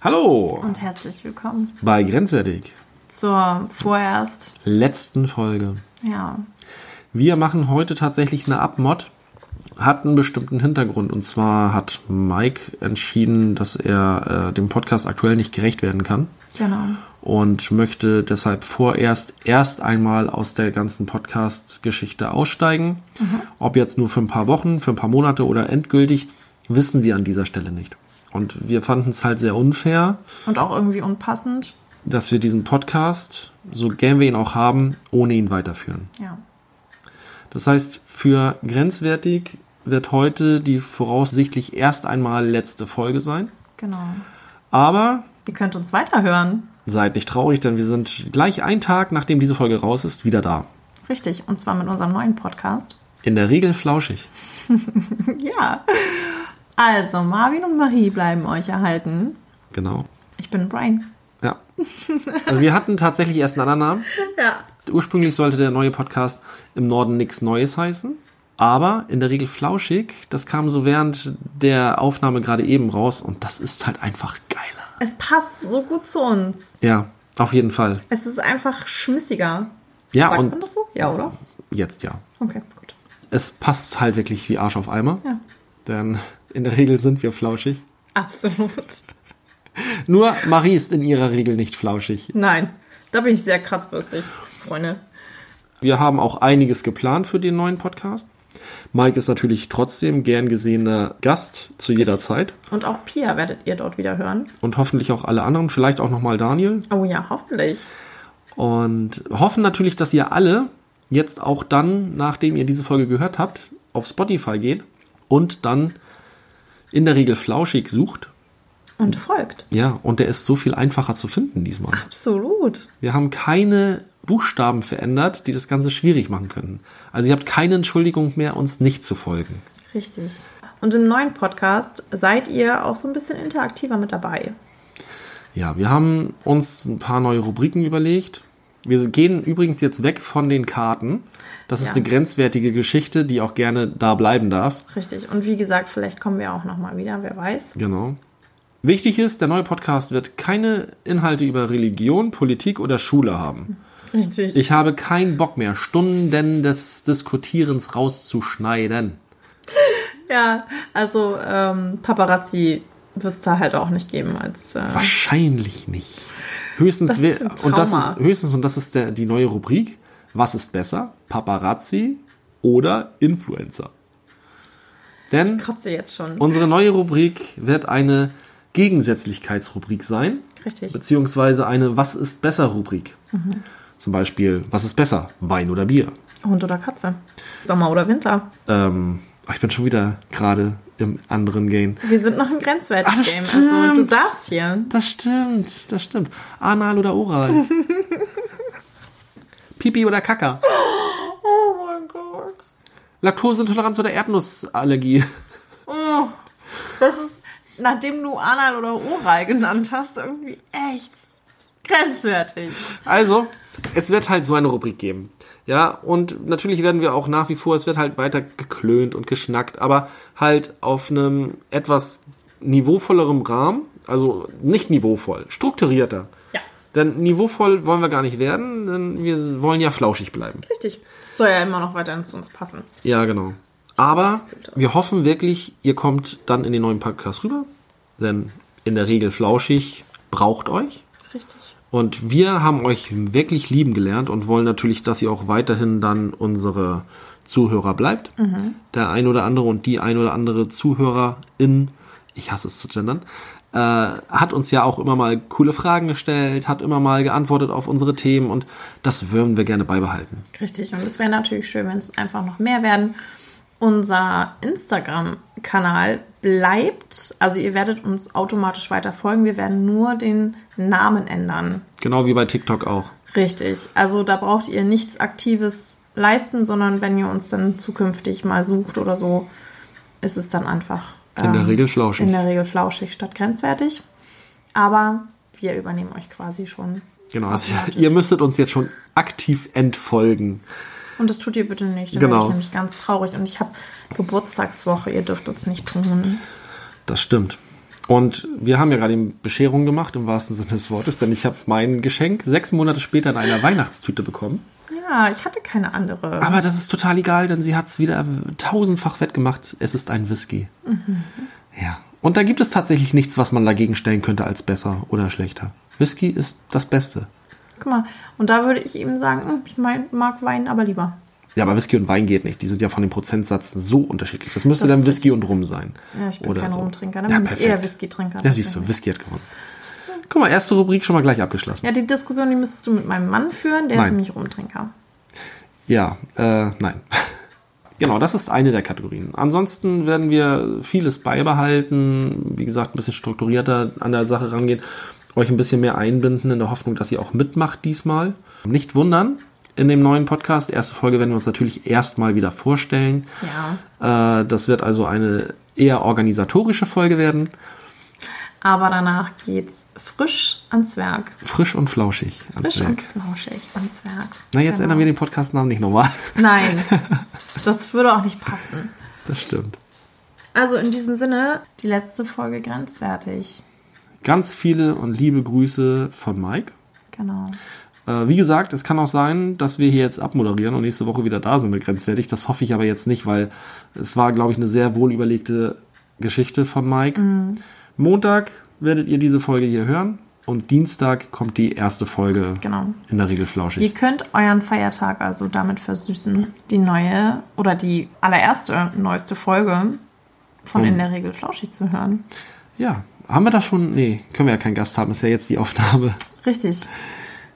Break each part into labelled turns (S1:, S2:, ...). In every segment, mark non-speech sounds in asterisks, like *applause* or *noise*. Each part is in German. S1: Hallo
S2: und herzlich willkommen
S1: bei Grenzwertig,
S2: zur vorerst,
S1: letzten Folge.
S2: ja,
S1: Wir machen heute tatsächlich eine Abmod, hat einen bestimmten Hintergrund. Und zwar hat Mike entschieden, dass er äh, dem Podcast aktuell nicht gerecht werden kann
S2: genau.
S1: und möchte deshalb vorerst erst einmal aus der ganzen Podcast-Geschichte aussteigen. Ob jetzt nur für ein paar Wochen, für ein paar Monate oder endgültig, wissen wir an dieser Stelle nicht. Und wir fanden es halt sehr unfair,
S2: Und auch irgendwie unpassend.
S1: dass wir diesen Podcast, so gern wir ihn auch haben, ohne ihn weiterführen.
S2: Ja,
S1: Das heißt, für grenzwertig wird heute die voraussichtlich erst einmal letzte Folge sein.
S2: genau.
S1: Aber
S2: Ihr könnt uns weiterhören.
S1: seid nicht traurig, denn wir sind gleich einen Tag, nachdem diese Folge raus ist, wieder da.
S2: Richtig, und zwar mit unserem neuen Podcast.
S1: In der Regel flauschig.
S2: Ja. Also, Marvin und Marie bleiben euch erhalten.
S1: Genau.
S2: Ich bin Brian.
S1: Ja. Also wir hatten tatsächlich erst einen anderen Namen.
S2: Ja.
S1: Ursprünglich sollte der neue Podcast im Norden nichts Neues heißen. Aber in der Regel flauschig, das kam so während der Aufnahme gerade eben raus und das ist halt einfach geiler.
S2: Es passt so gut zu uns.
S1: Ja, auf jeden Fall.
S2: Es ist einfach schmissiger.
S1: Ja,
S2: Sagt
S1: und-
S2: man das so? Ja, oder?
S1: Jetzt ja.
S2: Okay, gut.
S1: es passt halt wirklich wie Arsch auf Eimer.
S2: Ja.
S1: Denn in der Regel sind wir flauschig.
S2: Absolut.
S1: Nur Marie ist in ihrer Regel nicht flauschig.
S2: Nein, da bin ich sehr kratzbürstig, Freunde.
S1: Wir haben auch einiges geplant für den neuen Podcast. Mike ist natürlich trotzdem gern gesehener Gast zu jeder Zeit
S2: Und auch Pia werdet ihr dort wieder hören.
S1: und hoffentlich auch alle anderen, vielleicht auch nochmal Daniel.
S2: Oh ja, hoffentlich.
S1: Und hoffen natürlich, dass ihr alle jetzt auch dann, nachdem ihr diese Folge gehört habt, auf Spotify geht und dann in der Regel flauschig sucht.
S2: Und folgt.
S1: Ja, und der ist so viel einfacher zu finden diesmal.
S2: Absolut.
S1: Wir haben keine Buchstaben verändert, die das Ganze schwierig machen können. Also ihr habt keine Entschuldigung mehr, uns nicht zu folgen.
S2: Richtig. Und im neuen Podcast seid ihr auch so ein bisschen interaktiver mit dabei.
S1: Ja, wir haben uns ein paar neue Rubriken überlegt. Wir gehen übrigens jetzt weg von den Karten. Das ist
S2: Ja.
S1: eine grenzwertige Geschichte, die auch gerne da bleiben darf.
S2: Richtig. Und wie gesagt, vielleicht kommen wir auch nochmal wieder, wer weiß.
S1: Genau. Wichtig ist, der neue Podcast wird keine Inhalte über Religion, Politik oder Schule haben.
S2: Richtig.
S1: Ich habe keinen Bock mehr, Stunden des Diskutierens rauszuschneiden.
S2: Ja, also ähm, Paparazzi wird es da halt auch nicht geben als. Äh,
S1: Wahrscheinlich nicht. Höchstens
S2: Das ist ein
S1: wer- und das
S2: Trauma.
S1: ist höchstens und das ist der, die neue Rubrik. Was ist besser, Paparazzi oder Influencer? Denn
S2: kotze jetzt schon.
S1: unsere neue Rubrik wird eine Gegensätzlichkeitsrubrik sein,
S2: Richtig.
S1: beziehungsweise eine Was ist besser Rubrik. Zum Beispiel Was ist besser, Wein oder Bier?
S2: Hund oder Katze. Sommer oder Winter.
S1: Ähm, ich bin schon wieder gerade im anderen Game.
S2: Wir sind noch im grenzwertigen
S1: Ah, das
S2: Game. Also du
S1: stimmt.
S2: darfst hier.
S1: Das stimmt, das stimmt. Anal oder oral? Pipi oder Kaka?
S2: Oh mein Gott.
S1: Laktoseintoleranz oder Erdnussallergie?
S2: Oh, das ist, nachdem du anal oder oral genannt hast, irgendwie echt grenzwertig.
S1: Also, es wird halt so eine Rubrik geben. Ja, und natürlich werden wir auch nach wie vor, es wird halt weiter geklönt und geschnackt, aber halt auf einem etwas niveauvollerem Rahmen, also nicht niveauvoll, strukturierter.
S2: Ja.
S1: Denn niveauvoll wollen wir gar nicht werden, denn wir wollen ja flauschig bleiben.
S2: Richtig. Soll ja immer noch weiterhin zu uns passen.
S1: Ja, genau. Aber wir hoffen wirklich, ihr kommt dann in den neuen Podcast rüber. Denn in der Regel flauschig braucht euch.
S2: Richtig.
S1: Und wir haben euch wirklich lieben gelernt und wollen natürlich, dass ihr auch weiterhin dann unsere Zuhörer bleibt. Der ein oder andere und die ein oder andere Zuhörerin, ich hasse es zu gendern, äh, hat uns ja auch immer mal coole Fragen gestellt, hat immer mal geantwortet auf unsere Themen und das würden wir gerne beibehalten.
S2: Richtig. Und es wäre natürlich schön, wenn es einfach noch mehr werden. Unser Instagram-Kanal bleibt, also ihr werdet uns automatisch weiter folgen. Wir werden nur den Namen ändern.
S1: Genau wie bei TikTok auch.
S2: Richtig. Also da braucht ihr nichts Aktives leisten, sondern wenn ihr uns dann zukünftig mal sucht oder so, ist es dann einfach. ähm,
S1: In der Regel flauschig.
S2: In der Regel flauschig statt grenzwertig. Aber wir übernehmen euch quasi schon.
S1: Genau, also
S2: automatisch.
S1: ihr müsstet uns jetzt schon aktiv entfolgen.
S2: Und das tut ihr bitte nicht. Dann
S1: Genau.
S2: genau. ich nämlich ganz traurig. Und ich habe Geburtstagswoche. Ihr dürft das nicht tun.
S1: Das stimmt. Und wir haben ja gerade eben Bescherung gemacht, im wahrsten Sinne des Wortes, denn ich habe mein Geschenk sechs Monate später in einer Weihnachtstüte bekommen.
S2: Ja, ich hatte keine andere.
S1: Aber das ist total egal, denn sie hat es wieder tausendfach wettgemacht. Es ist ein Whisky.
S2: Mhm.
S1: Ja. Und da gibt es tatsächlich nichts, was man dagegen stellen könnte als besser oder schlechter. Whisky ist das Beste.
S2: Guck mal, und da würde ich eben sagen, hm, ich mein, mag Wein aber lieber.
S1: Ja, aber Whisky und Wein geht nicht. Die sind ja von den Prozentsätzen so unterschiedlich. Das müsste
S2: Das
S1: dann
S2: ist
S1: Whisky
S2: richtig.
S1: und Rum sein.
S2: Ja, ich bin
S1: Oder
S2: kein
S1: so.
S2: Rumtrinker, dann
S1: Ja,
S2: bin ich eher
S1: perfekt.
S2: Whisky-Trinker.
S1: Ja, siehst du, Whisky hat gewonnen. Guck mal, erste Rubrik schon mal gleich abgeschlossen.
S2: Ja, die Diskussion, die müsstest du mit meinem Mann führen, der ist
S1: Nein.
S2: nämlich Rumtrinker.
S1: Ja, äh, nein. *laughs* Genau, das ist eine der Kategorien. Ansonsten werden wir vieles beibehalten, wie gesagt, ein bisschen strukturierter an der Sache rangehen, euch ein bisschen mehr einbinden in der Hoffnung, dass ihr auch mitmacht diesmal. Nicht wundern, in dem neuen Podcast, erste Folge werden wir uns natürlich erstmal wieder vorstellen.
S2: Ja.
S1: Äh, das wird also eine eher organisatorische Folge werden.
S2: Aber danach geht's frisch ans Werk.
S1: Frisch und flauschig ans
S2: Frisch
S1: Werk.
S2: und flauschig ans Werk.
S1: Na, jetzt
S2: Genau.
S1: ändern wir den Podcastnamen nicht nochmal. *laughs*
S2: Nein, das würde auch nicht passen.
S1: Das stimmt.
S2: Also in diesem Sinne, die letzte Folge grenzwertig.
S1: Ganz viele und liebe Grüße von Mike.
S2: Genau.
S1: Äh, wie gesagt, es kann auch sein, dass wir hier jetzt abmoderieren und nächste Woche wieder da sind mit Grenzwertig. Das hoffe ich aber jetzt nicht, weil es war, glaube ich, eine sehr wohlüberlegte Geschichte von Mike.
S2: Mhm.
S1: Montag werdet ihr diese Folge hier hören und Dienstag kommt die erste Folge
S2: Genau.
S1: in der Regel flauschig.
S2: Ihr könnt euren Feiertag also damit versüßen, die neue oder die allererste neueste Folge von
S1: Oh.
S2: in der Regel flauschig zu hören.
S1: ja, haben wir das schon? Nee, können wir ja keinen Gast haben, ist ja jetzt die Aufnahme.
S2: Richtig.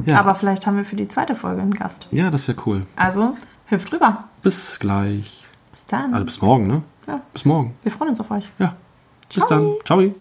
S1: Ja,
S2: *laughs* Aber vielleicht haben wir für die zweite Folge einen Gast.
S1: ja das wäre cool.
S2: Also hüpft rüber.
S1: Bis gleich.
S2: Bis dann.
S1: Also bis morgen, ne?
S2: Ja.
S1: Bis morgen.
S2: Wir freuen uns auf euch.
S1: Ja. Bis
S2: Ciao.
S1: dann. Ciao.